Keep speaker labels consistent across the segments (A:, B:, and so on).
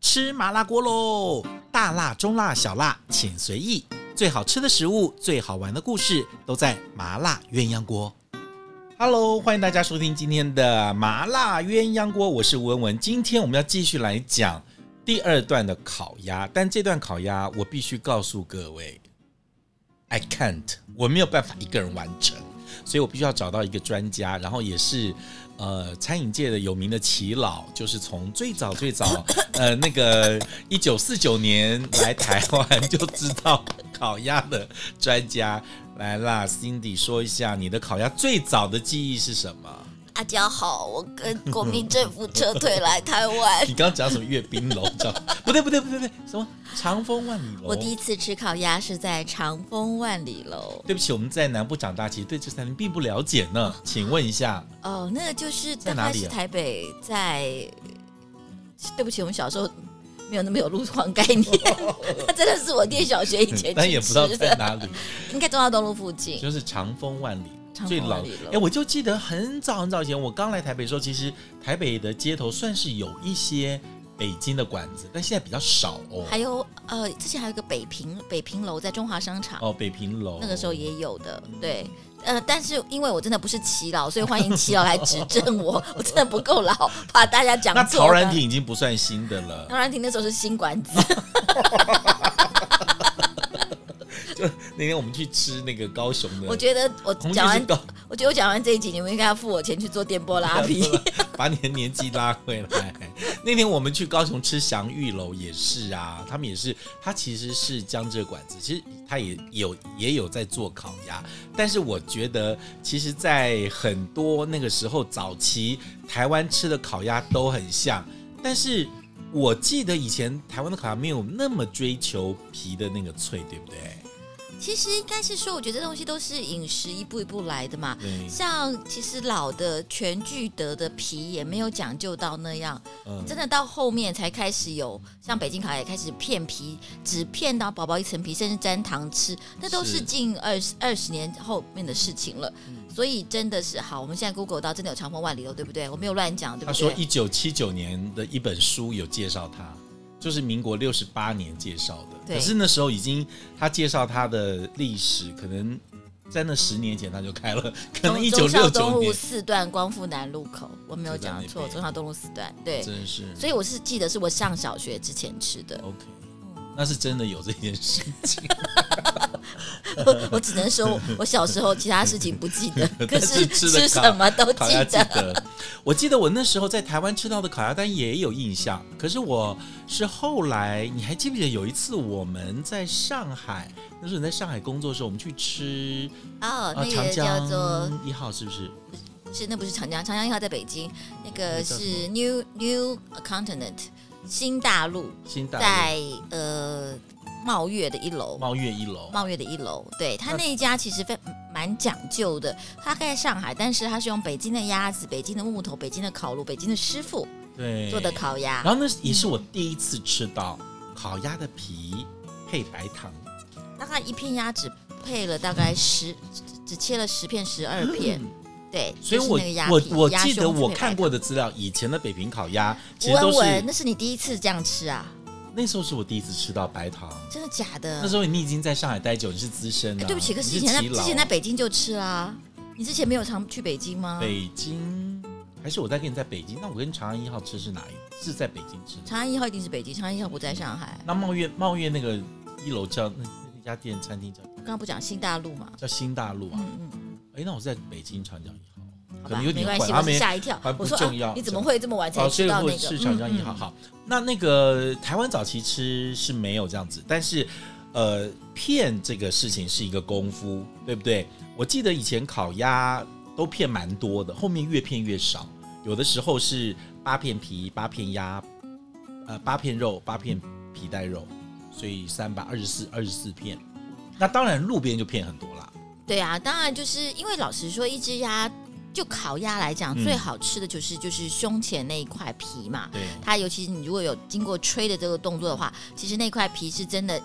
A: 吃麻辣锅喽！大辣、中辣、小辣，请随意。最好吃的食物，最好玩的故事，都在麻辣鸳鸯锅。Hello，欢迎大家收听今天的麻辣鸳鸯锅，我是吴文文。今天我们要继续来讲第二段的烤鸭，但这段烤鸭我必须告诉各位，I can't，我没有办法一个人完成，所以我必须要找到一个专家，然后也是呃餐饮界的有名的耆老，就是从最早最早 呃那个一九四九年来台湾就知道烤鸭的专家。来啦，Cindy，说一下你的烤鸭最早的记忆是什么？
B: 大家好，我跟国民政府撤退来台 湾
A: 你。刚刚讲什么阅兵楼？ 这样不对不对不对不对，什么长风万里楼？
B: 我第一次吃烤鸭是在长风万里楼，
A: 对不起，我们在南部长大，其实对这三年并不了解呢。请问一下，
B: 哦，那个就是
A: 在
B: 大
A: 哪
B: 概
A: 里啊
B: 是台北在，对不起，我们小时候没有那么有路况概 念，那真的是我念小学以前
A: 但也不
B: 去
A: 知
B: 吃
A: 道在
B: 的，
A: 哪里，
B: 应该中华东路附近。
A: 就是长风万里。
B: 长
A: 最
B: 风
A: 老
B: 万里楼
A: 哎，我就记得很早很早以前，我刚来台北的时候，其实台北的街头算是有一些北京的馆子，但现在比较少哦。
B: 还有呃，之前还有一个北平北平楼在中华商场，
A: 哦，北平楼
B: 那个时候也有的，对。呃，但是因为我真的不是耆老，所以欢迎耆老来指正我，我真的不够老，怕大家讲
A: 那
B: 错了。
A: 陶然亭已经不算新的了。
B: 陶然亭那时候是新馆子，
A: 那天我们去吃那个高雄的，
B: 我觉得我
A: 红
B: 讲
A: 玉是
B: 完，
A: 高
B: 我觉得我讲完这一集，你们应该要付我钱去做电 波拉皮。
A: 把你的年纪拉回来。那天我们去高雄吃祥玉楼也是啊，他们也是，他其实是江浙馆子，其实他也有也有在做烤鸭，但是我觉得其实，在很多那个时候早期台湾吃的烤鸭都很像，但是。我记得以前台湾的烤鸭没有那么追求皮的那个脆，对不对？
B: 其实应该是说，我觉得这东西都是饮食一步一步来的嘛。
A: 对，
B: 像其实老的全聚德的皮也没有讲究到那样，
A: 嗯，
B: 真的到后面才开始有像北京烤鸭也开始片皮，只片到薄薄一层皮，甚至沾糖吃，那都
A: 是嗯
B: 是近二十二十年后面的事情了。所以真的是好，我们现在 Google 到真的有长风万里楼，对不对？我没有乱讲，对
A: 他
B: 不
A: 说，
B: 对？
A: 一九七九年的一本书有介绍他，就是民国六十八年介绍的。
B: 对
A: 可是那时候已经他介绍他的历史，可能在那十年前他就开了，可能一九六
B: 中孝东
A: 九
B: 路
A: 年，
B: 四段光复南路口，我没有讲
A: 就在那
B: 错，
A: 边
B: 中孝东路四段对。
A: 真是
B: 所以我是记得是我上小学之前吃的，
A: OK。那是真的有这件事情，，
B: 我只能说我小时候其他事情不记得 可
A: 但是
B: 是
A: 吃的
B: 吃
A: 烤
B: 什么都
A: 烤
B: 记
A: 鸭记
B: 得。
A: 得。我记得我那时候在台湾吃到的烤鸭蛋也有印象，可是我是后来，你还记不记得有一次我们在上海，那时候你在上海工作的时候，我们去吃
B: 哦，
A: 啊
B: 那
A: 长
B: 个叫做
A: 江一号是不是？
B: 是那不是长江，长江一号在北京，
A: 那
B: 那个
A: 叫
B: 是 New New Continent 新大陆，
A: 新大陆
B: 在呃茂悦的一楼，
A: 猫月一楼，
B: 茂悦的一楼，对它
A: 那
B: 那一家其实非蛮讲究的，它在上海，但是它是用北京的鸭子、北京的木头、北京的烤炉、北京的师傅
A: 对
B: 做的。烤鸭
A: 然。后那是也是我第一次吃到烤鸭的皮配白糖，
B: 大概一片鸭只配了大概十，只只切了十片、十二片。对，
A: 嗯所以
B: 就是
A: 我
B: 那个鸭皮
A: 我我
B: 鸭
A: 记得
B: 胸
A: 我
B: 配白
A: 看
B: 糖嗯
A: 过的资料，以前的北平烤鸭其
B: 吴
A: 实都
B: 文文，
A: 是
B: 那是你第一次这样吃啊？
A: 那时候是我第一次吃到白糖。
B: 真的假的？
A: 那时候你已经在上海待久，你是资深
B: 嗯哎，
A: 了。
B: 对不起，可是
A: 你
B: 以前在
A: 耆老
B: 之前在北京就吃啦、啊你之前没有常去北京吗？
A: 北京，还是我在跟你在北京？那我跟长安一号吃是哪一？是在北京吃的。
B: 长安一号一定是北京，长安一号不在上海。
A: 那茂月茂月那个一楼叫那那家店餐厅叫
B: 我刚刚不讲新大陆嘛？
A: 叫新大陆啊。
B: 嗯嗯，
A: 哎，那我在北京长江一号，
B: 好
A: 可能
B: 吧，
A: 有
B: 没
A: 点
B: 关
A: 混，
B: 系，
A: 他
B: 我是
A: 没
B: 吓一跳
A: 还。不
B: 我说、
A: 重要
B: 啊、你怎么会这么晚才
A: 哦，所
B: 知
A: 以
B: 道
A: 我
B: 那个？嗯
A: 是长江一号。好，那那个台湾早期吃是没有这样子，但是呃，片这个事情是一个功夫，对不对？我记得以前烤鸭都片蛮多的，后面越片越少，有的时候是八片皮、八片鸭、呃八片肉、八片皮带肉，所以三百二十四、二十四片。那当然路边就片很多啦，
B: 对啊，当然就是因为老实说，一只鸭就烤鸭来讲，
A: 嗯
B: 最好吃的就是就是胸前那一块皮嘛。
A: 对。
B: 它尤其是你如果有经过吹的这个动作的话，其实那块皮是真的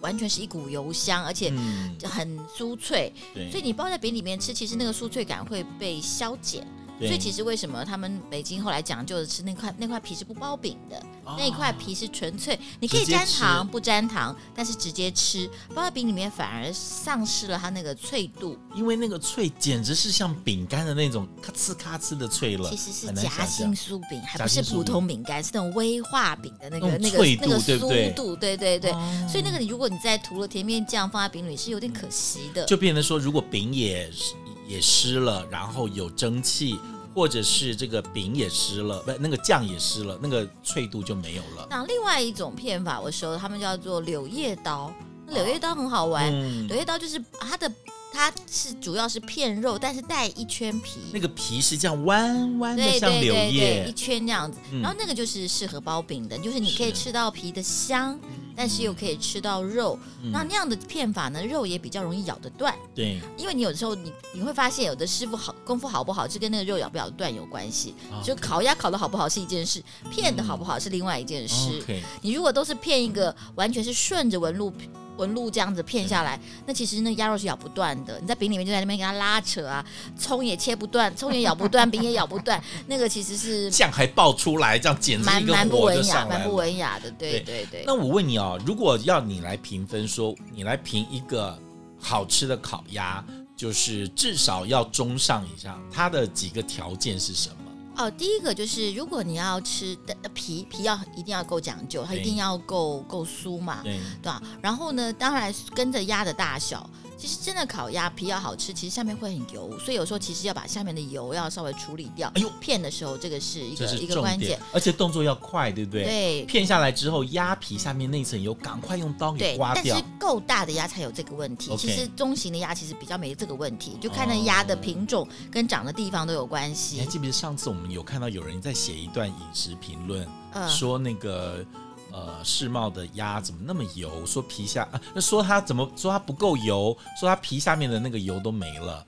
B: 完全是一股油香，而且
A: 嗯，
B: 很酥脆。
A: 对，
B: 所以你包在饼里面吃，其实那个酥脆感会被消减。
A: 对
B: 所以其实为什么他们北京后来讲究的吃那块那块皮是不包饼的，那一块皮是纯粹，你可以
A: 啊直接
B: 沾
A: 吃
B: 糖不沾糖，但是直接吃，包饼里面反而丧失了它那个脆度，
A: 因为那个脆简直是像饼干的那种咔哧咔哧的脆了，
B: 其实是
A: 很难
B: 夹
A: 想象
B: 心酥饼，还不
A: 夹
B: 是
A: 心酥饼
B: 普通饼干，是那种威化饼的那个
A: 那种
B: 那个
A: 脆
B: 那个
A: 度对不对
B: 酥度，对对对。
A: 哦
B: 所以那个你如果你再涂了甜面酱放在饼里是有点可惜的，
A: 就变成说，如果饼也湿也湿了，然后有蒸汽，或者是这个饼也湿了，不，那个酱也湿了，那个脆度就没有了。
B: 那另外一种片法，我熟，他们叫做柳叶刀。那柳叶刀很好玩，
A: 哦嗯
B: 柳，叶刀就是它的，它是主要是片肉，但是带一圈皮。
A: 那个皮是这样弯弯的，
B: 对
A: 像
B: 对
A: 柳
B: 对对，一
A: 叶，
B: 圈这样子，
A: 嗯
B: 然后那个就是适合包饼的，就是你
A: 是嗯
B: 可以吃到皮的香，但是又可以吃到肉。那那样的片法呢，肉也比较容易咬得断，
A: 对，
B: 因为你有时候你你会发现，有的师傅好功夫好不好，就跟那个肉咬不咬得断有关系。
A: 啊
B: 就烤鸭烤的好不好是一件事，片的好不好是另外一件事。
A: 哦 OK，
B: 你如果都是片一个，完全是顺着纹路纹路这样子片下来，那其实那个鸭肉是咬不断的。你在饼里面就在那边给它拉扯啊，葱也切不断，葱也咬不断，饼也咬不断， 那个其实是
A: 酱还爆出来，这样简直
B: 蛮
A: 一个
B: 蛮不
A: 火就
B: 文雅，
A: 上来
B: 蛮不
A: 了。
B: 文雅的。对对对，
A: 那我问你哦，如果要你来评分说你来评一个好吃的烤鸭，就是至少要中上以上，它的几个条件是什么？
B: 哦，第一个就是如果你要吃的皮皮要一定要够讲究，它
A: 对
B: 一定要够够酥嘛。
A: 对，
B: 对吧？然后呢，当然跟着鸭的大小，其实真的烤鸭皮要好吃，其实下面会很油，所以有时候其实要把下面的油要稍微处理掉。
A: 哎呦
B: 片的时候这个是一
A: 这
B: 个
A: 是
B: 一个
A: 重
B: 关
A: 点
B: 键，，
A: 而且动作要快，对不对？
B: 对
A: 片下来之后，鸭皮下面那一层油赶快用刀给
B: 对。
A: 刮
B: 但
A: 掉
B: 是。够大的鸭才有这个问题，
A: OK
B: 其实中型的鸭其实比较没这个问题，就看那鸭的品种跟长的地方都有关
A: 你还
B: 系。
A: 记不记得上次我们有看到有人在写一段饮食评论，
B: 嗯
A: 说那个呃世贸的鸭怎么那么油？说皮下啊，说它怎么说它不够油？说它皮下面的那个油都没了，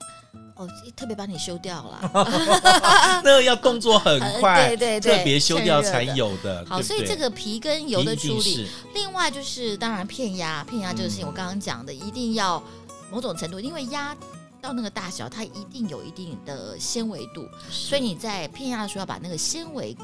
B: 哦，特别把你修掉了。
A: 那要动作很快，
B: 呃对对对
A: 特别修掉
B: 趁热
A: 才
B: 的
A: 有的。
B: 好，
A: 对不
B: 所以
A: 对
B: 这个皮跟油的
A: 一定
B: 处理，
A: 是
B: 另外就是，当然片鸭，片鸭这个事情
A: 嗯
B: 我刚刚讲的，一定要某种程度，因为鸭到那个大小，它一定有一定的纤维度，所以你在片鸭的时候要把那个纤维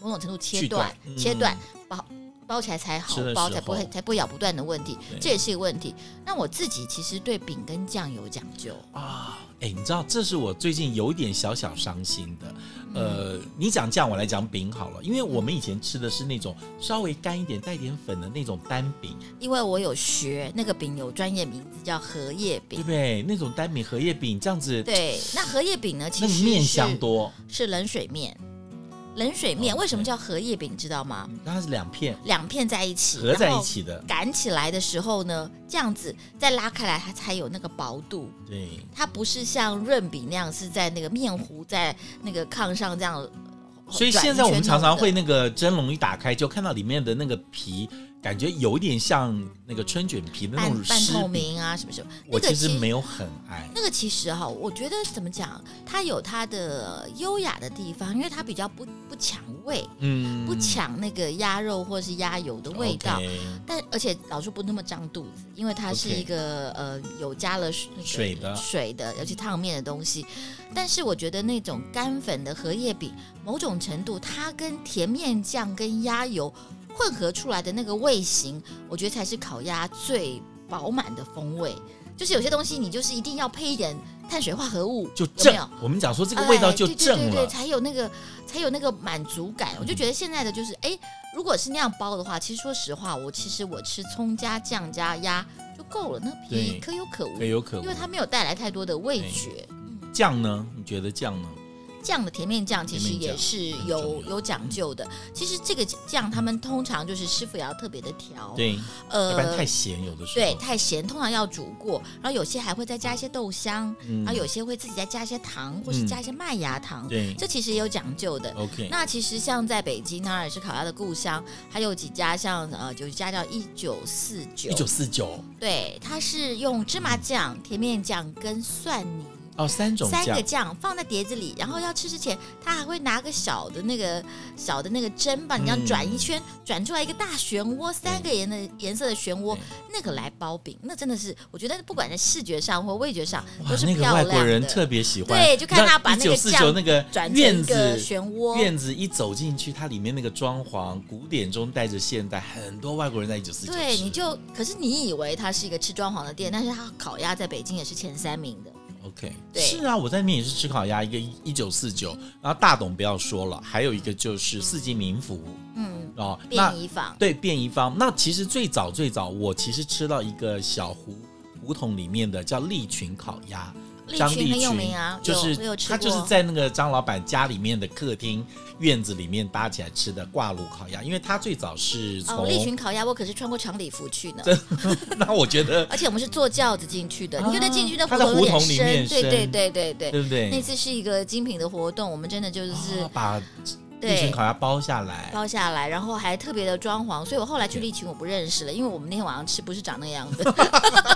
B: 某种程度切
A: 去
B: 断，
A: 断
B: 切断
A: 嗯
B: 包包起来才好
A: 吃的
B: 包，
A: 时
B: 才不会
A: 候
B: 才不会咬不断的问题
A: 对，
B: 这也是一个问题。那我自己其实对饼跟酱有讲究，
A: 啊，哎、你知道这是我最近有点小小伤心的。呃，
B: 嗯
A: 你讲酱，我来讲饼好了，因为我们以前吃的是那种稍微干一点、带点粉的那种单饼，
B: 因为我有学那个饼有专业名字叫荷叶
A: 对
B: 饼
A: 不。对？那种单饼、荷叶饼这样子，
B: 对，那荷叶饼呢？其
A: 那个
B: 实
A: 面
B: 是
A: 香多，
B: 是冷水面，冷水面、
A: 哦
B: 为什么
A: 对
B: 叫荷叶饼？知道吗？
A: 它是两片
B: 两片在一起，
A: 合在一。起的，
B: 擀起来的时候呢，这样子再拉开来，它才有那个薄度。
A: 对，
B: 它不是像润饼那样是在那个面糊在那个炕上这样。呃
A: 所以
B: 转
A: 现在我们
B: 一圈
A: 常常
B: 弄的
A: 会那个蒸笼一打开，就看到里面的那个皮，感觉有一点像那个春卷皮的那种
B: 半半
A: 湿
B: 透
A: 饼。
B: 明啊，什么什么。
A: 我
B: 那
A: 其
B: 个
A: 实没有很爱，
B: 那个其实哈，我觉得怎么讲，它有它的优雅的地方，因为它比较不不抢味，
A: 嗯，
B: 不抢那个鸭肉或是鸭油的味道。
A: OK，
B: 但而且老说不那么胀肚子，因为它是
A: OK
B: 一个呃有加了水那个
A: 水的
B: 水的，尤其烫面的东西。但是我觉得那种干粉的荷叶饼，某种程度它跟甜面酱跟鸭油混合出来的那个味型，我觉得才是烤鸭最饱满的风味。就是有些东西你就是一定要配一点碳水化合物，
A: 就
B: 有
A: 正
B: 没有？
A: 我们讲说这个味道
B: 哎
A: 就正
B: 对对对对，
A: 了，
B: 才有那个才有那个满足感。我就觉得现在的就是，哎，如果是那样包的话，其实说实话，我其实我吃葱加酱加鸭就够了，那
A: 对
B: 皮可有可无，
A: 可有可无
B: 因为。它没有带来太多的味觉。
A: 酱呢？你觉得酱呢？
B: 酱的甜面酱其实
A: 甜面酱
B: 也是
A: 很重
B: 有
A: 要
B: 有讲究的。其实这个酱他们通常就是师傅也要特别的调，
A: 对，要不然
B: 呃
A: 太，咸，有的时
B: 对，
A: 候。
B: 太咸通常要煮过，然后有些还会再加一些豆香，
A: 嗯
B: 然后有些会自己再加一些糖，或是
A: 嗯
B: 加一些麦芽糖，
A: 对
B: 这其实也有讲究的。
A: ，OK，
B: 那其实像在北京，当然也是烤鸭的故乡，还有几家像呃，有一家叫一九四九
A: 一，九四九
B: 对，它是用芝麻酱、甜面酱跟蒜泥。
A: 哦，三种
B: 三个
A: 酱
B: 酱放在碟子里，然后要吃之前，他还会拿个小的那个小的那个针吧，你要
A: 嗯
B: 转一圈，转出来一个大漩涡，三个颜的颜色的漩涡
A: 对，
B: 那个来包饼，那真的是我觉得不管在视觉上或味觉上
A: 哇
B: 都，是
A: 那个
B: 漂
A: 外
B: 亮的。
A: 国人特别喜欢，
B: 对就看他把
A: 一
B: 那
A: 九
B: 个
A: 四九
B: 酱
A: 那个
B: 转成
A: 院
B: 一个
A: 子
B: 漩涡，
A: 院子一走进去，它里面那个装潢，古典中带着现代，很多外国人在一九四九。
B: 对，你就可是你以为它是一个吃装潢的店，但是它烤鸭在北京也是前三名的。
A: OK，
B: 对
A: 是啊，我在那边也是吃烤鸭，一个一九四九，然后大董不要说了，还有一个就是四季民福
B: 嗯，
A: 哦，那
B: 便宜坊，
A: 对便宜坊。那其实最早最早，我其实吃到一个小胡胡同里面的叫利群烤鸭，
B: 利
A: 张
B: 群
A: 利
B: 很有
A: 群
B: 名啊
A: 就
B: 有
A: 是
B: 我有吃
A: 他就是
B: 过
A: 在那个张老板家里面的客厅院子里面搭起来吃的挂炉烤鸭，因为他最早是
B: 哦，
A: 从
B: 利群烤鸭，我可是穿过长礼服去呢。
A: 那我觉得
B: 而且我们是坐轿子进去的，
A: 啊
B: 你觉得进去那
A: 它在
B: 胡同
A: 胡
B: 有点
A: 同里面
B: 深，对对
A: 深
B: 对对对。
A: 对不对？
B: 那次是一个精品的活动，我们真的就是
A: 哦把利群
B: 对
A: 烤鸭包下来，
B: 包下来，然后还特别的装潢，所以我后来去利群我不认识了，因为我们那天晚上吃不是长那个样子。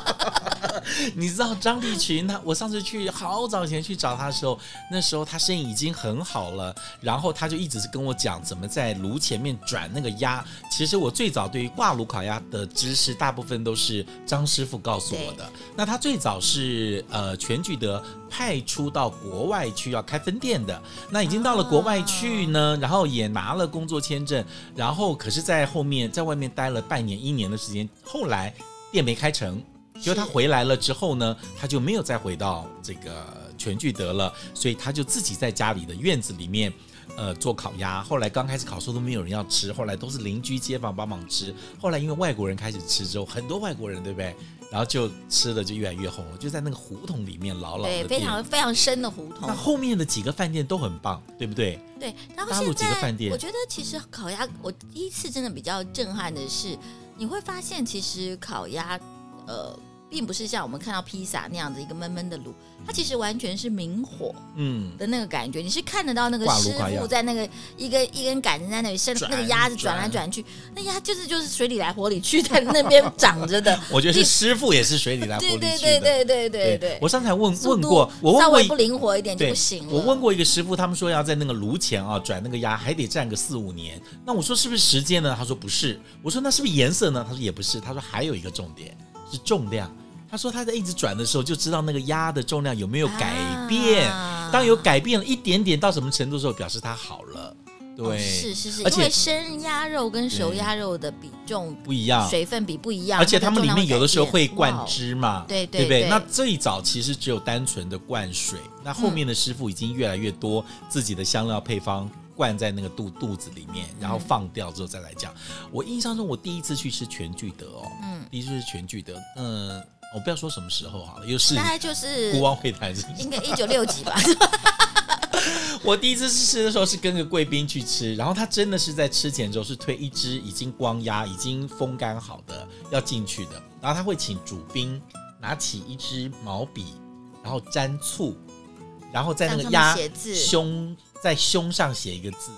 A: 你知道张立群他，我上次去好早以前去找他的时候，那时候他生意已经很好了，然后他就一直是跟我讲怎么在炉前面转那个鸭。其实我最早对于挂炉烤鸭的知识，大部分都是张师傅告诉我的。那他最早是呃全聚德派出到国外去要开分店的，那已经到了国外去呢，然后也拿了工作签证，然后可是在后面在外面待了半年一年的时间，后来店没开成。结果他
B: 是
A: 回来了之后呢，他就没有再回到这个全聚德了，所以他就自己在家里的院子里面，呃，做烤鸭。后来刚开始烤出都没有人要吃，后来都是邻居街坊帮忙吃。后来因为外国人开始吃之后，很多外国人对不对？然后就吃的就越来越红了，就在那个胡同里面牢牢
B: 对，
A: 的。
B: 非常。非常深的胡同
A: 那。后面的几个饭店都很棒，对不对？
B: 对，然后
A: 大
B: 现
A: 陆
B: 在
A: 几个饭店
B: 我觉得其实烤鸭，我第一次真的比较震撼的是，你会发现其实烤鸭，呃，并不是像我们看到披萨那样子一个闷闷的炉，它其实完全是明火
A: 嗯，
B: 的那个感觉，你是看得到那个
A: 挂炉
B: 师
A: 挂鸭
B: 傅在那个一根一根杆子在那里伸，
A: 转
B: 那个鸭子转
A: 转
B: 来转去，那鸭就是就是水里来火里去，在那 边长着的。
A: 我觉得是
B: 你
A: 师傅也是水里来火
B: 对
A: 里去的
B: 对。对对对对对，
A: 我上次还问
B: 速
A: 问
B: 度
A: 过，我问
B: 稍
A: 过
B: 微
A: 一
B: 不灵活一点就
A: 对
B: 不行了。
A: 我问过一个师傅，他们说要在那个炉前啊转那个鸭，还得站个四五年。那我说是不是时间呢？他说不是。我说那是不是颜色呢？他说也不是。他说还有一个重点是重量。他说他在一直转的时候就知道那个鸭的重量有没有改变。
B: 啊
A: 当有改变了一点点到什么程度的时候，表示它好了。对，
B: 哦是是是，
A: 而
B: 因
A: 且嗯
B: 为生鸭肉跟熟鸭肉的比重、
A: 不一样。
B: 水分比不一样，
A: 而且他
B: 它
A: 们里面有的时候会
B: 重量
A: 灌
B: 改变。
A: 汁嘛，
B: 哦对
A: 对
B: 对
A: 不对？
B: 对嗯
A: 那最早其实只有单纯的灌水，那后面的师傅已经越来越多自己的香料配方灌在那个肚肚子里面，
B: 嗯
A: 然后放掉之后再来讲。我印象中，我第一次去吃全聚德哦，嗯
B: 嗯，
A: 第一次去全聚德，嗯，我不要说什么时候好了，又是
B: 哇大概就是
A: 孤汪会谈是不是
B: 应该一九六几吧，
A: 我第一次吃的时候是跟个贵宾去吃，然后他真的是在吃前之后是推一只已经光压、已经风干好的要进去的，然后他会请主宾拿起一支毛笔，然后沾醋，然后 在那个
B: 让
A: 鸭
B: 他们写字
A: 胸在胸上写一个字。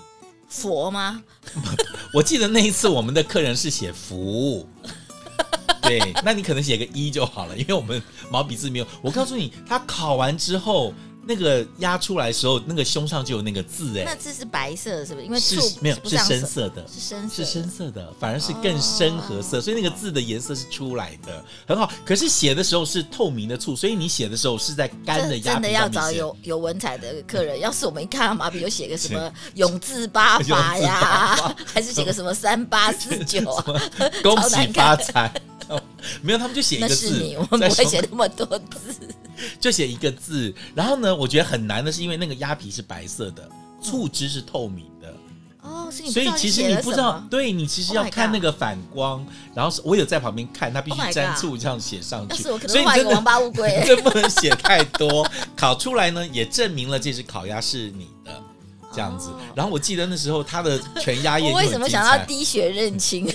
B: 佛吗？
A: 我记得那一次我们的客人是写福。 对，那你可能写个一就好了，因为我们毛笔字没有。我告诉你，他烤完之后，那个压出来的时候，那个胸上就有那个字，哎，
B: 那字是白色的，是不是？因为醋
A: 是没有
B: 不
A: 是
B: 上
A: 深
B: 色，哦
A: 色的，
B: 是深色
A: 是
B: 的，
A: 深色的，反而是更深褐色，所以那个字的颜色是出来的，很好。可是写的时候是透明的醋，所以你写的时候是在干的
B: 真
A: 鸭
B: 真的
A: 皮
B: 要
A: 上面
B: 找
A: 写。
B: 有有文采的客人，要是我们一看到马笔就写个什么 永字八
A: 永
B: 法
A: 字八
B: 呀， 还是写个什么三八四九啊？
A: 恭
B: 超
A: 喜
B: 难
A: 发
B: 看
A: 财。 哦没有，他们就写一
B: 那
A: 个
B: 是
A: 字，
B: 你，我们
A: 在
B: 不会
A: 手
B: 写那么多字。
A: 就写一个字。然后呢，我觉得很难的是因为那个鸭皮是白色的，醋汁是透明的。
B: 哦，嗯所以你
A: 所以其实你不知道，对你其实
B: Oh
A: 要
B: my
A: 看
B: God
A: 那个反光，然后是我有在旁边看，他必
B: Oh
A: 须
B: my
A: 沾
B: God
A: 醋这样写上
B: 要
A: 去，
B: 是我可
A: 所以
B: 能
A: 你
B: 画一
A: 真
B: 个
A: 的
B: 王八乌
A: 你
B: 龟，
A: 这不能写太多，烤出来呢也证明了这只烤鸭是你的这样子
B: 哦。
A: 然后我记得那时候他的全鸭宴
B: 我
A: 就
B: 为
A: 很
B: 什么
A: 精
B: 想到
A: 彩
B: 滴血认亲？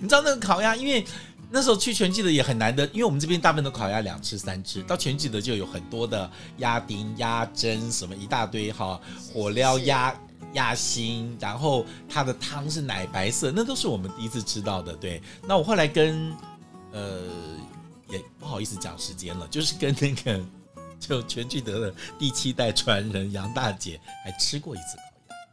A: 你知道那个烤鸭，因为那时候去全聚德也很难得，因为我们这边大部分都烤鸭两吃三吃，到全聚德就有很多的鸭丁、鸭胗什么一大堆哈， 火燎鸭。鸭心，然后它的汤是奶白色，那都是我们第一次吃到的。对，那我后来跟呃也不好意思讲时间了，就是跟那个就全聚德的第七代传人杨大姐还吃过一次烤鸭。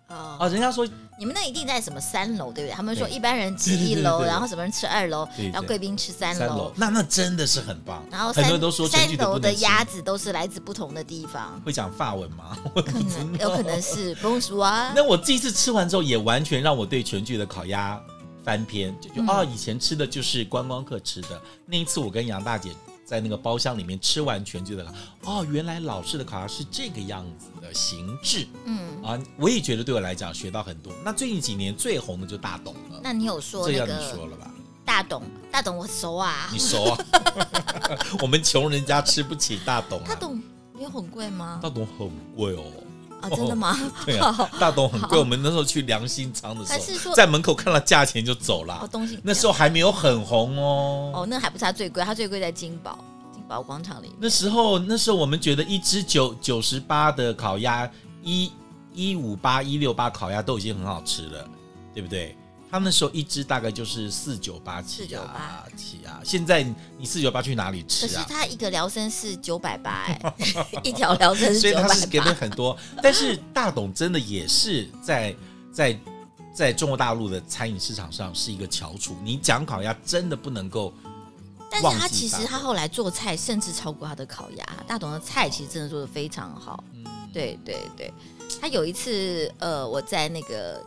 B: 哦，
A: 哦，人家说
B: 你们那一定在什么三楼对不对？他们说
A: 对
B: 一般人
A: 对
B: 吃
A: 对
B: 一
A: 对
B: 楼，
A: 对
B: 然后什么人吃二楼
A: 对，对
B: 然后贵宾吃三
A: 三
B: 楼
A: 楼，，那那真的是很棒。
B: 然后
A: 很
B: 三
A: 多人都说全
B: 三
A: 聚德
B: 楼
A: 不
B: 的
A: 能吃
B: 鸭子都是来自不同的地 方，
A: 会讲法文吗？
B: 可能有可能是 Bonjour 啊
A: 那我这一次吃完之后，也完全让我对全聚的烤鸭翻篇，就就、
B: 嗯
A: 哦，以前吃的就是观光客吃的。那一次我跟杨大姐在那个包厢里面吃完全聚的烤，哦，原来老式的烤鸭是这个样子的形制
B: 嗯，
A: 啊！我也觉得对我来讲学到很多。那最近几年最红的就大董了，
B: 那你有说
A: 这
B: 那
A: 要你说
B: 个
A: 了 吧？
B: 大董？大董我熟啊
A: 你，熟啊？ 我们穷人家吃不起大董、啊，
B: 大董没有很贵吗？
A: 大董很贵 哦。
B: 啊，真的吗？
A: 对啊，大董很贵。我们那时候去良心仓的时
B: 还是
A: 候，
B: 说
A: 在门口看到价钱就走
B: 哦，
A: 了。
B: 东西
A: 那时候还没有很红
B: 哦
A: 哦。，
B: 那还不是它最贵，它最贵在金宝金宝广场里面。
A: 那时候，那时候我们觉得一只九九十八的烤鸭，一一五八、一六八烤鸭都已经很好吃了，对不对？他们那时候一只大概就是四九八起啊起啊，现在你四九八去哪里吃
B: 可
A: 啊？
B: 是它一个疗程是九百 八，哎， 一条疗程
A: 所
B: 是
A: 以
B: 九
A: 他是给
B: 百
A: 了
B: 八，
A: 很多。但是大董真的也是在在在中国大陆的餐饮市场上是一个翘楚。你讲烤鸭真的不能够，
B: 但
A: 忘记
B: 是他其实
A: 大
B: 他后来做菜甚至超过他的烤鸭，大董的菜其实真的做的非常好。
A: 嗯，
B: 对对对，他有一次呃，我在那个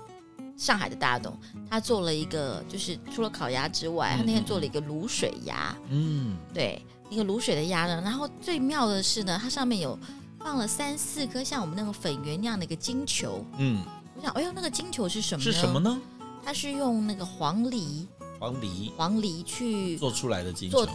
B: 上海的大董，他做了一个，就是除了烤鸭之外，他那天做了一个卤水鸭，
A: 嗯，
B: 对，一个卤水的鸭呢。然后最妙的是呢，它上面有放了三四颗像我们那个粉圆那样的一个金球。
A: 嗯，
B: 我想，哎呦，那个金球是什么？
A: 是什么？呢？
B: 它是用那个黄梨，
A: 黄梨
B: 黄梨去
A: 做出来的金球
B: 做，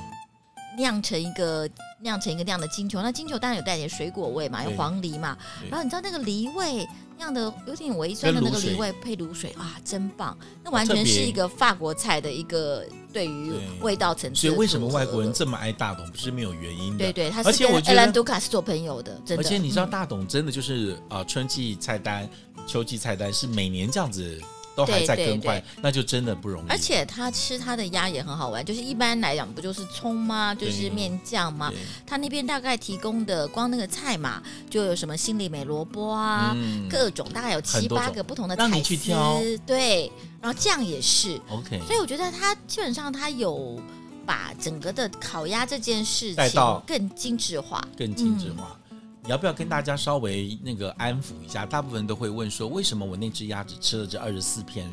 B: 酿成一个酿成一个那样的金球。那金球当然有带点水果味嘛，有
A: 对
B: 黄梨嘛。
A: 对
B: 然后你知道那个梨味酿的有点微酸的
A: 跟
B: 那
A: 卤
B: 个
A: 水
B: 梨味配卤水啊，真棒！那
A: 好
B: 完
A: 特
B: 全是
A: 别
B: 一个法国菜的一个对于
A: 对
B: 味道层次。
A: 所以为什么外国人？这么爱大董，不是没有原因的。
B: 对对，他
A: 而且
B: 是跟
A: 我觉得
B: Alan Dukas 做朋友的，真
A: 而
B: 的。
A: 且你知道，
B: 嗯
A: 大董真的就是啊、呃春季菜单、秋季菜单是每年这样子都还在更换
B: 对对，
A: 那就真的不容易。
B: 而且他吃他的鸭也很好玩，就是一般来讲不就是葱吗？就是
A: 对
B: 面酱吗？
A: 对
B: 他那边大概提供的光那个菜嘛，就有什么心里美萝卜啊，
A: 嗯
B: 各种大概有
A: 很
B: 七
A: 多种
B: 八个不同的
A: 让你
B: 彩
A: 去
B: 丝
A: 挑，
B: 对，然后酱也是，
A: OK
B: 所以我觉得他基本上他有把整个的烤鸭这件事
A: 带到
B: 情更精致化，
A: 更精致化。
B: 嗯
A: 你要不要跟大家稍微那个安抚一下？大部分人都会问说，为什么我那只鸭只吃了这二十四片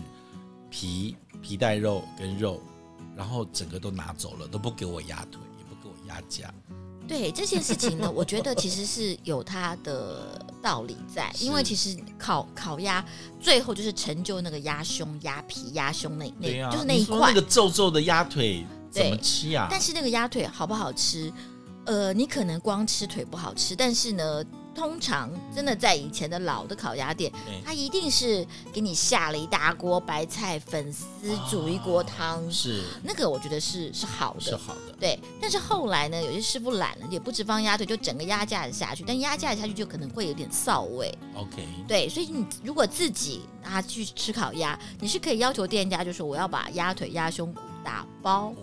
A: 皮皮带肉跟肉，然后整个都拿走了，都不给我鸭腿，也不给我鸭架。
B: 对这件事 情呢，我觉得其实是有它的道理在，
A: 是
B: 因为其实烤烤鸭最后就是成就那个鸭胸、鸭皮、鸭胸那那，
A: 对呀、
B: 就是那
A: 你
B: 一
A: 说
B: 块
A: 那。个皱皱的鸭腿怎么
B: 对
A: 吃呀、
B: 但是那个鸭腿好不好吃？呃，你可能光吃腿不好吃，但是呢，通常真的在以前的老的烤鸭店
A: 对，
B: 它一定是给你下了一大锅白菜、粉丝，煮一锅汤，
A: 是
B: 那个我觉得是是好
A: 啊是
B: 的。
A: 好的，
B: 对，但是后来呢，有些师傅懒了，也不只放鸭腿，就整个鸭架子下去。但鸭架子下去就可能会有点臊味，
A: OK。
B: 对，所以你如果自己啊去吃烤鸭，你是可以要求店家就说我要把鸭腿、鸭胸骨打包，
A: 哦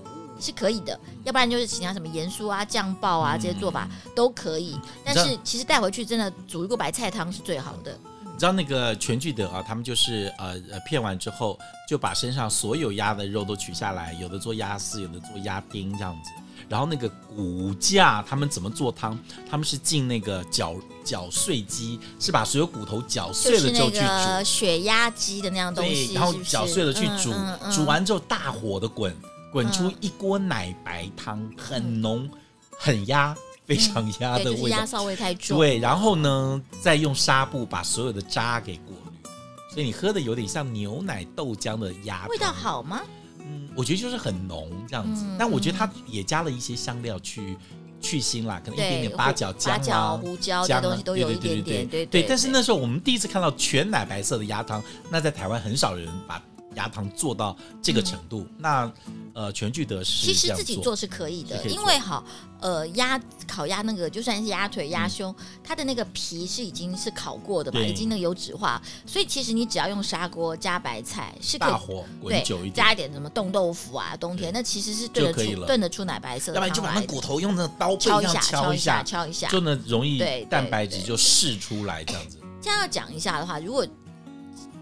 B: 是可以的。要不然就是其他什么盐酥啊、酱爆啊这些做法都可以。但
A: 你知
B: 是其实带回去真的煮一锅白菜汤是最好的。
A: 你知道那个全聚德啊，他们就是呃呃片完之后，就把身上所有鸭的肉都取下来，有的做鸭丝，有的做鸭丁这样子。然后那个骨架，他们怎么做汤？他们是进那个绞绞碎机，是把所有骨头绞
B: 就
A: 碎了
B: 是
A: 之后
B: 那
A: 去煮。
B: 个血鸭鸡的那样东
A: 对，
B: 西，
A: 然后
B: 是不是
A: 搅碎了去煮，
B: 嗯嗯嗯
A: 煮完之后大火的滚，滚出
B: 嗯
A: 一锅奶白汤，很浓，很鸭，非常鸭
B: 对，
A: 的
B: 就是
A: 味道。
B: 鸭骚味太重。
A: 对，然后呢，再用纱布把所有的渣给过滤，所以你喝的有点像牛奶豆浆的鸭
B: 味道
A: 汤，
B: 好吗？
A: 嗯，我觉得就是很浓这样子。
B: 嗯
A: 但我觉得它也加了一些香料去去腥啦，可能一点
B: 对，
A: 点八
B: 胡
A: 角姜
B: 八
A: 啊、
B: 角、胡椒
A: 姜
B: 这
A: 啊
B: 东西都有
A: 对
B: 一
A: 对
B: 点
A: 对
B: 点，对
A: 对但是那时候我们第一次看到全奶白色的鸭汤，那在台湾很少人把鸭汤做到这个程度。那呃全聚德是
B: 嗯其实
A: 这样
B: 自己
A: 做
B: 做是可以
A: 是
B: 的，
A: 可以
B: 因为好，呃，鸭烤鸭那个就算是鸭腿、鸭胸，它的那个皮是已经是烤过的
A: 嗯
B: 嘛，
A: 对
B: 已经那个油脂化，所以其实你只要用砂锅加白菜是可
A: 大
B: 以。
A: 火滚
B: 对
A: 久一，点，
B: 加一点什么冻豆腐啊，冬天那其实是
A: 就
B: 炖
A: 可
B: 得
A: 以
B: 出
A: 了
B: 炖得出奶白色
A: 要不
B: 的
A: 然就
B: 汤
A: 把
B: 来
A: 那
B: 的，
A: 骨头用那刀背
B: 敲
A: 一
B: 一
A: 样
B: 下，
A: 敲
B: 敲
A: 一
B: 下，
A: 下，
B: 敲一下。
A: 就能容易
B: 对对
A: 蛋白质
B: 对
A: 就释出来这样子。
B: 这样要讲一下的话，如果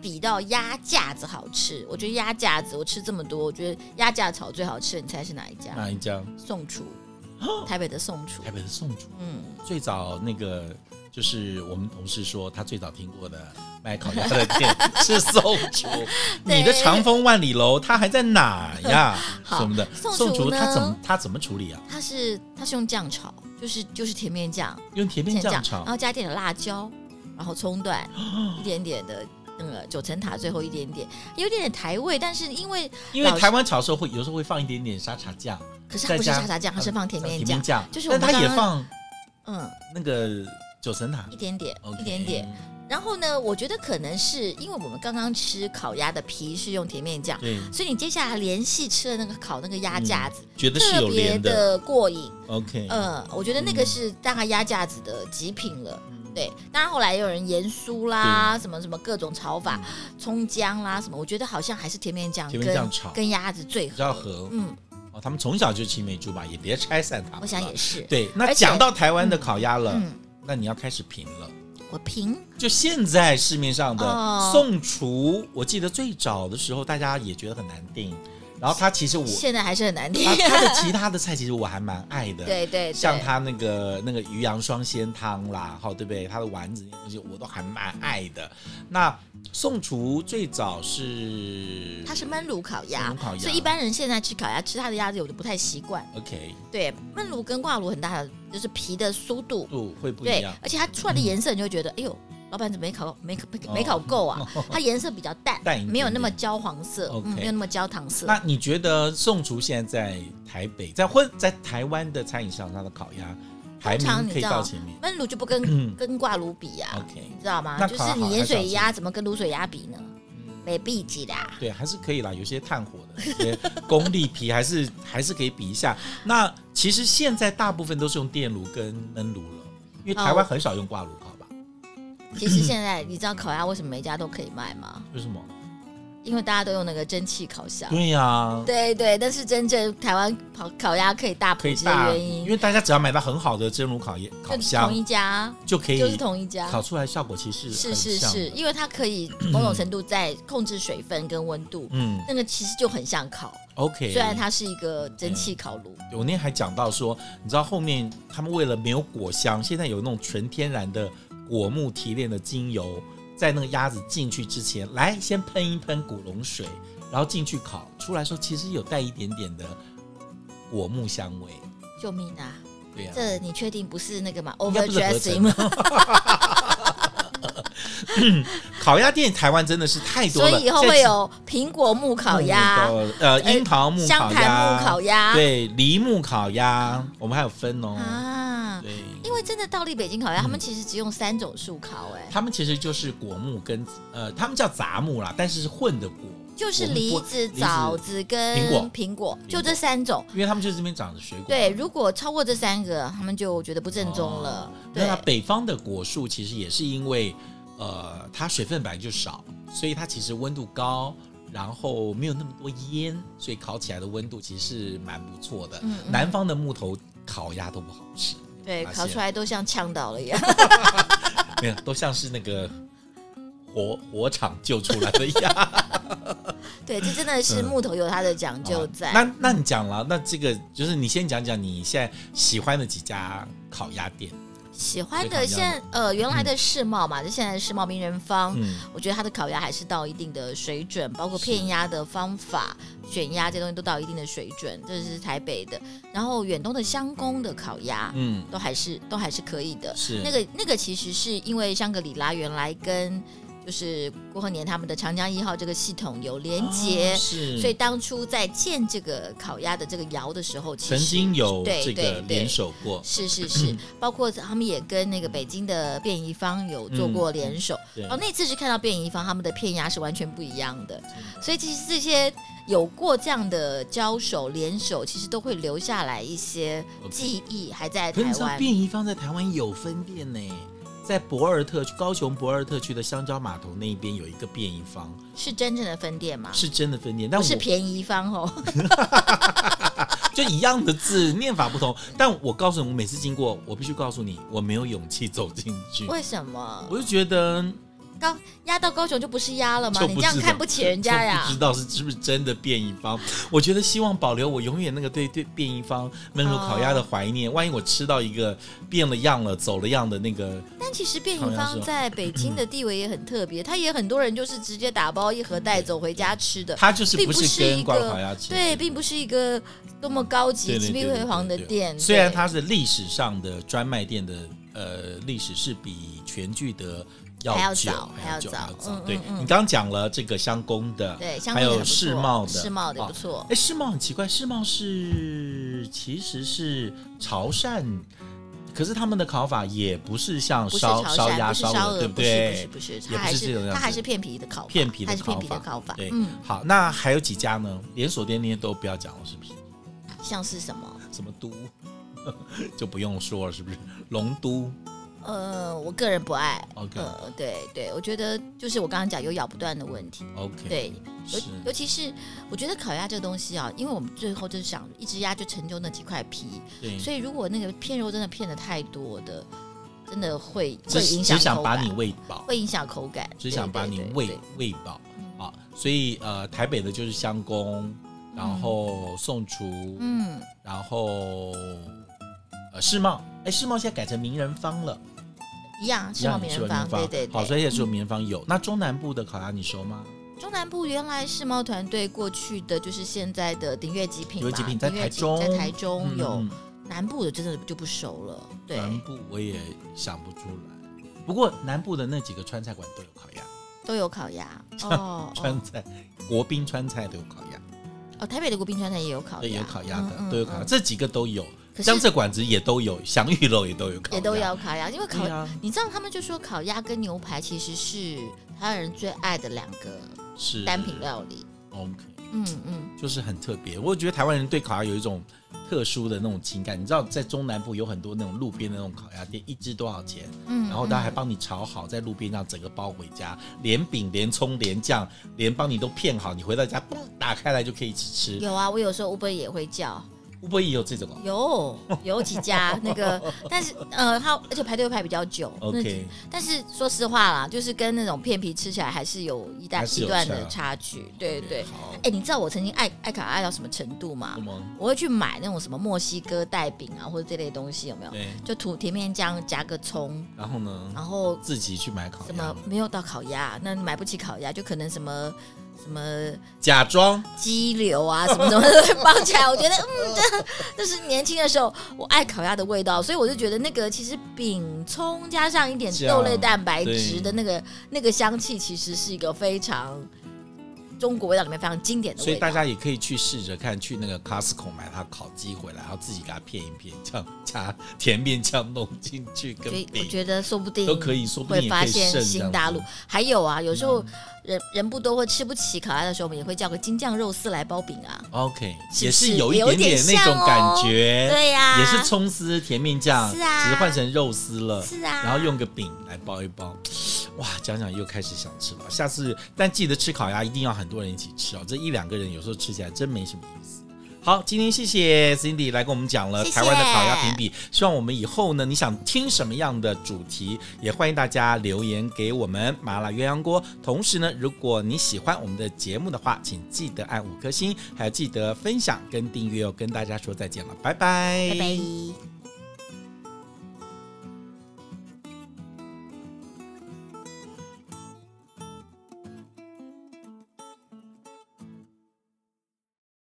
B: 比到鸭架子好吃，我觉得鸭架子我吃这么多，我觉得鸭架炒最好吃的，你猜是哪一家？
A: 那一家
B: 宋 厨，台北的宋厨
A: 台。北的宋厨，
B: 嗯，
A: 最早那个就是我们同事说他最早听过的卖烤鸭的店是宋厨，
B: 对
A: 你的长风万里楼它还在哪呀？
B: 好
A: 什么的
B: 宋
A: 宋
B: 厨
A: 厨它
B: 呢
A: 怎么它怎么处理啊？
B: 它是它是用酱炒，就是就是甜面酱，
A: 用甜面酱炒哦
B: 然，后加一点点辣椒，然后葱段， 一点点的那个九层塔，最后一点点，有点点台味，但是因为
A: 因为
B: 老师
A: 台湾炒的时候会有时候会放一点点沙茶酱，
B: 可是它
A: 再
B: 不是
A: 加
B: 沙茶酱，啊它是放甜面
A: 甜
B: 酱
A: 面，酱，
B: 就是我
A: 但
B: 们
A: 它也
B: 刚刚
A: 呃放
B: 嗯，
A: 那个九层塔
B: 一点点
A: OK
B: 一点点。然后呢，我觉得可能是因为我们刚刚吃烤鸭的皮是用甜面酱，
A: 对，
B: 所以你接下来连续吃了那个烤那个鸭架子，
A: 觉得嗯是
B: 特
A: 有
B: 别
A: 连的。
B: 的过瘾。
A: OK，
B: 嗯，我觉得那个是大概鸭架子的极品了。
A: 嗯
B: 对，当然后来也有人盐酥啦，什么什么各种炒法，葱姜啦什么，我觉得好像还是甜面酱
A: 嗯甜
B: 跟
A: 面酱炒
B: 跟鸭子最
A: 比
B: 合。
A: 较合
B: 嗯，
A: 哦，他们从小就青梅竹马，也别拆散他们了。
B: 我想也是。
A: 对。那
B: 而且
A: 讲到台湾的烤鸭了，
B: 嗯，
A: 那你要开始评了。
B: 我评
A: 就现在市面上的
B: 哦
A: 宋厨，我记得最早的时候大家也觉得很难定，然后它其实我
B: 现在还是很难听
A: 它。它的其他的菜其实我还蛮爱的，
B: 对对，对
A: 像它那个那个鱼羊双鲜汤啦，哈，对不对？它的丸子那些东西我都还蛮爱的。那宋厨最早是
B: 它是焖炉烤
A: 焖
B: 鸭
A: 炉烤鸭，
B: 所以一般人现在吃烤鸭吃它的鸭子，我就不太习惯。
A: OK，
B: 对，焖炉跟挂炉很大的就是皮的酥度，
A: 度哦会不一
B: 对
A: 样，，嗯
B: 而且它出来的颜色，你就会觉得，哎呦，老板怎么没烤没没没烤 够啊？它颜色比较淡，
A: 哦淡一点点
B: 没有那么焦黄色，
A: OK
B: 嗯，没有那么焦糖色。
A: 那你觉得宋厨现在在台北，在或在台湾的餐饮上，它的烤鸭排
B: 通常
A: 名
B: 你
A: 可以
B: 知
A: 到
B: 道
A: 前面
B: 焖炉就不跟跟挂炉比呀、啊，
A: ？OK，
B: 你知道吗？
A: 嗯那
B: 就是
A: 烤好
B: 你
A: 还
B: 盐
A: 是
B: 水
A: 要
B: 鸭怎么跟卤水鸭比呢？
A: 嗯，
B: 没必及啦。
A: 对，还是可以啦。有些炭火的，有些功力皮还是还是可以比一下。那其实现在大部分都是用电炉跟焖炉了，因为台湾很少用挂炉烤吧？
B: 其实现在你知道烤鸭为什么每家都可以卖吗？
A: 为什么？
B: 因为大家都用那个蒸汽烤箱。
A: 对呀、
B: 对对，但是真正台湾烤烤鸭可以大普
A: 可以
B: 及的
A: 大，
B: 原
A: 因
B: 因，
A: 为大家只要买到很好的蒸炉烤鸭烤
B: 就同
A: 箱，
B: 一啊家，
A: 就可
B: 就是
A: 以
B: 同一家，
A: 烤出来效果其实
B: 是
A: 很
B: 是
A: 像
B: 是，
A: 的，
B: 因为它可 以某种程度在控制水分跟温度，
A: 嗯
B: 那个其实就很像烤，
A: ，OK。
B: 虽然它是一个蒸汽烤炉。
A: 我那天还讲到说，你知道后面他们为了没有果香，现在有那种纯天然的果木提炼的精油，在那个鸭子进去之前，来先喷一喷古龙水，然后进去烤，出来的时候其实有带一点点的果木香味。
B: 救命啊！
A: 对呀、
B: 这你确定不是那个吗
A: 应该不是合
B: ？Overdressing
A: 成
B: 吗？
A: 烤鸭店台湾真的是太多
B: 所
A: 了，
B: 以以后会有苹果木烤
A: 现在、
B: 鸭
A: 是木的呃樱桃木
B: 香
A: 烤
B: 檀木
A: 鸭，
B: 烤鸭
A: 对梨木烤鸭，我们还有分哦。
B: 啊。
A: 对，
B: 因为真的到丽北京烤鸭，他们其实只用三种树烤，哎，
A: 他们其实就是果木跟呃，他们叫杂木啦，但是是混的果，
B: 就是
A: 我们
B: 梨
A: 不
B: 子、
A: 梨子
B: 枣子跟
A: 苹果
B: 苹果，就这三种。
A: 因为他们就是这边长的水果。
B: 对，如果超过这三个，他们就觉得不正宗了
A: 哦。
B: 对，
A: 那北方的果树其实也是因为，呃，它水分本来就少，所以它其实温度高，然后没有那么多烟，所以烤起来的温度其实是蛮不错的。
B: 嗯嗯
A: 南方的木头烤鸭都不好吃，
B: 对，
A: 发
B: 烤
A: 现
B: 出来都像呛到了一样。
A: 嗯没有，都像是那个火火场救出来的鸭。 哦
B: 对，这真的是木头有它的讲究
A: 嗯哦
B: 在。
A: 那那你讲了，那这个就是你先讲讲你现在喜欢的几家烤鸭店。
B: 喜欢
A: 非常
B: 的
A: 一样
B: 现在呃原来的世贸嘛，就现在的世贸名人坊，
A: 嗯，
B: 我觉得它的烤鸭还是到一定的水准，包括片鸭的方法、选鸭这些东西都到一定的水准，这是台北的。然后远东的香宫的烤鸭，
A: 嗯，
B: 都还是都还是可以的。
A: 是
B: 那个那个其实是因为香格里拉原来跟就是郭鹤年他们的长江一号这个系统有连接。
A: 哦是，
B: 所以当初在建这个烤鸭的这个窑的时候，其实
A: 曾经有
B: 对
A: 这个
B: 对对哦
A: 联手嗯过，
B: 是是是，包括他们也跟那个北京的便宜坊有做过联手。
A: 嗯对嗯
B: 哦，那次是看到便宜坊他们的片鸭是完全不一样的，所以其实这些有过这样的交手联手，其实都会留下来一些记忆，还在
A: 可是
B: 台
A: 你知道
B: 湾。
A: 便宜坊在台湾有分店呢，在博尔特区高雄博尔特区的香蕉码头那边有一个便宜坊，
B: 是真正的分店吗？
A: 是真的分店，但
B: 啊不
A: 我嗯
B: 是便宜方哦，
A: 就一样的字，念法不同。但我告诉你，我每次经过，我必须告诉你，我没有勇气走进去。
B: 为什么
A: 我就觉得
B: 高压到高雄就不是压了吗？
A: 就
B: 哦你
A: 不
B: 这样
A: 知道
B: 看不起人家
A: 就
B: 呀
A: 不知？道是是不是真的便宜方。我觉得希望保留我永远那个对对便宜方温柔烤
B: 哦
A: 鸭的怀念。万一我吃到一个变了样了、走了样的那个，
B: 但其实便
A: 好
B: 宜
A: 像
B: 方
A: 是哦
B: 在北京的地位也很特别，他也很多人就是直接打包一盒带走回家吃的。
A: 它就是
B: 呃并
A: 不
B: 不
A: 是
B: 是
A: 跟
B: 一
A: 挂
B: 个
A: 烤鸭吃的
B: 对，并不是一个多么高级、
A: 对对
B: 金碧
A: 对
B: 辉煌的
A: 对对
B: 店。
A: 虽然
B: 对
A: 它是历史上的专卖店的，呃，历史是比全聚德要
B: 还要
A: 久
B: 早还要
A: 久
B: 早
A: 还要早。
B: 嗯
A: 对
B: 嗯嗯
A: 你刚刚讲了这个香工的，
B: 对，相
A: 还
B: 对的
A: 有
B: 不错
A: 世贸的，
B: 世贸的也
A: 哦
B: 不错。
A: 哎，世贸很奇怪，世贸是其实是潮汕，可是他们的烤法也不是像
B: 不是
A: 烧
B: 潮
A: 烧
B: 汕，
A: 鸭、
B: 不是
A: 烧
B: 烧
A: 鹅，
B: 鹅，
A: 对不
B: 不是
A: 对？
B: 不是不是，
A: 也不
B: 它还
A: 是这种
B: 是
A: 样
B: 它还
A: 子
B: 是片皮的烤法，
A: 片皮的
B: 它是片
A: 烤
B: 皮的
A: 法
B: 烤法，
A: 对
B: 嗯，
A: 好，那还有几家呢？连锁店那些都不要讲了，是不是？
B: 像是什么？
A: 什么都 就不用说了，是不是？龙都
B: 呃，我个人不爱。
A: ，OK
B: 呃，对对，我觉得就是我刚刚讲有咬不断的问题，
A: OK，，
B: 对，尤
A: 是
B: 尤其是我觉得烤鸭这个东西啊，因为我们最后就是想一只鸭就成就那几块皮，
A: 对，
B: 所以如果那个片肉真的片的太多的，真的会
A: 只
B: 会影响
A: 只想
B: 口
A: 把
B: 感，
A: 你喂饱，
B: 会影响口感，
A: 只想
B: 对
A: 把
B: 对
A: 你
B: 对
A: 喂
B: 对嗯
A: 喂饱啊。所以呃，台北的就是香工，然后宋厨，
B: 嗯，
A: 然后呃世贸，哎，世贸现在改成名人坊了，
B: 一样世贸名人坊，对对
A: 好，
B: 对。
A: 所以也只有名人坊有。那中南部的烤鸭你熟吗？
B: 中南部原来世贸团队过去的就是现在的鼎悦极品
A: 鼎
B: 嘛，
A: 悦极品在
B: 鼎悦
A: 台
B: 极
A: 中
B: 在台中有
A: 嗯
B: 南部的真的就不熟了，对，
A: 南部我也想不出来，不过南部的那几个川菜馆都有烤鸭，
B: 都有烤鸭哦
A: 川
B: 哦
A: 菜国宾川菜都有烤鸭，
B: 哦，台北的国宾川菜也有烤鸭，
A: 对，有烤鸭
B: 嗯嗯
A: 的，都有烤鸭，
B: 嗯
A: 这几个都有。
B: 可
A: 江
B: 是
A: 浙馆子也都有，祥玉楼也都有烤鸭，
B: 也都要烤鸭，因为烤
A: 对啊，
B: 你知道他们就说烤鸭跟牛排其实是台湾人最爱的两个
A: 是哦
B: 单品料理。
A: OK，
B: 嗯嗯，
A: 就是很特别。我觉得台湾人对烤鸭有一种特殊的那种情感。你知道，在中南部有很多那种路边的那种烤鸭店，一只多少钱？
B: 嗯
A: 然后他还帮你炒好，在路边这样整个包回家，连饼、连葱、连酱，连帮你都片好，你回到家嘣打开来就可以一起吃。
B: 有啊，我有时候 Uber 也会叫，
A: 乌波也有这种哦
B: 有有几家那个，但是呃，它而且排队会排比较久。那几
A: ，OK，
B: 但是说实话啦，就是跟那种片皮吃起来还是有一大
A: 还是
B: 一
A: 有
B: 段
A: 差
B: 的差距。对对。
A: 好，
B: 哎、你知道我曾经爱爱烤鸭爱到什么程度吗
A: 那？么
B: 我会去买那种什么墨西哥带饼啊，或者这类东西，有没有？
A: 对，
B: 就涂甜面酱加个葱，
A: 然后呢，
B: 然后
A: 自己去买烤
B: 什
A: 鸭
B: 么，没有到烤鸭，那你买不起烤鸭，就可能什么什么
A: 假装
B: 鸡柳啊， 什么什么的绑起来。我觉得，嗯，这这是年轻的时候我爱烤鸭的味道，所以我就觉得那个其实饼葱加上一点
A: 酱
B: 豆类蛋白质
A: 对
B: 的那个那个香气，其实是一个非常中国味道里面非常经典的
A: 所
B: 味
A: 以
B: 道
A: 大。家也可以去试着看，去那个 Costco 买它烤鸡回来，然后自己给它片一片，这样加甜面酱弄进去跟
B: 所以我
A: 饼
B: 觉得说不定
A: 都可以，说不定
B: 会
A: 也
B: 发
A: 可以剩
B: 现
A: 这样
B: 新
A: 子嗯
B: 大陆。还有啊，有时候人人不多或吃不起烤鸭的时候，我们也会叫个京酱肉丝来包饼啊。
A: OK，
B: 是不
A: 也是
B: 是
A: 有一
B: 也有
A: 点
B: 点
A: 点那种
B: 像哦
A: 感觉，
B: 对呀、
A: 也是葱丝甜面酱，
B: 是啊
A: 只是换成肉丝了，
B: 是啊
A: 然后用个饼来包一包。哇，讲讲又开始想吃了。下次但记得吃烤鸭一定要很多人一起吃哦，这一两个人有时候吃起来真没什么意思。好，今天谢谢 Cindy 来跟我们讲了
B: 谢谢
A: 台湾的烤鸭评比，希望我们以后呢，你想听什么样的主题，也欢迎大家留言给我们麻辣鸳鸯锅。同时呢，如果你喜欢我们的节目的话，请记得按五颗星，还有记得分享跟订阅哦。跟大家说再见了，拜拜，
B: 拜拜。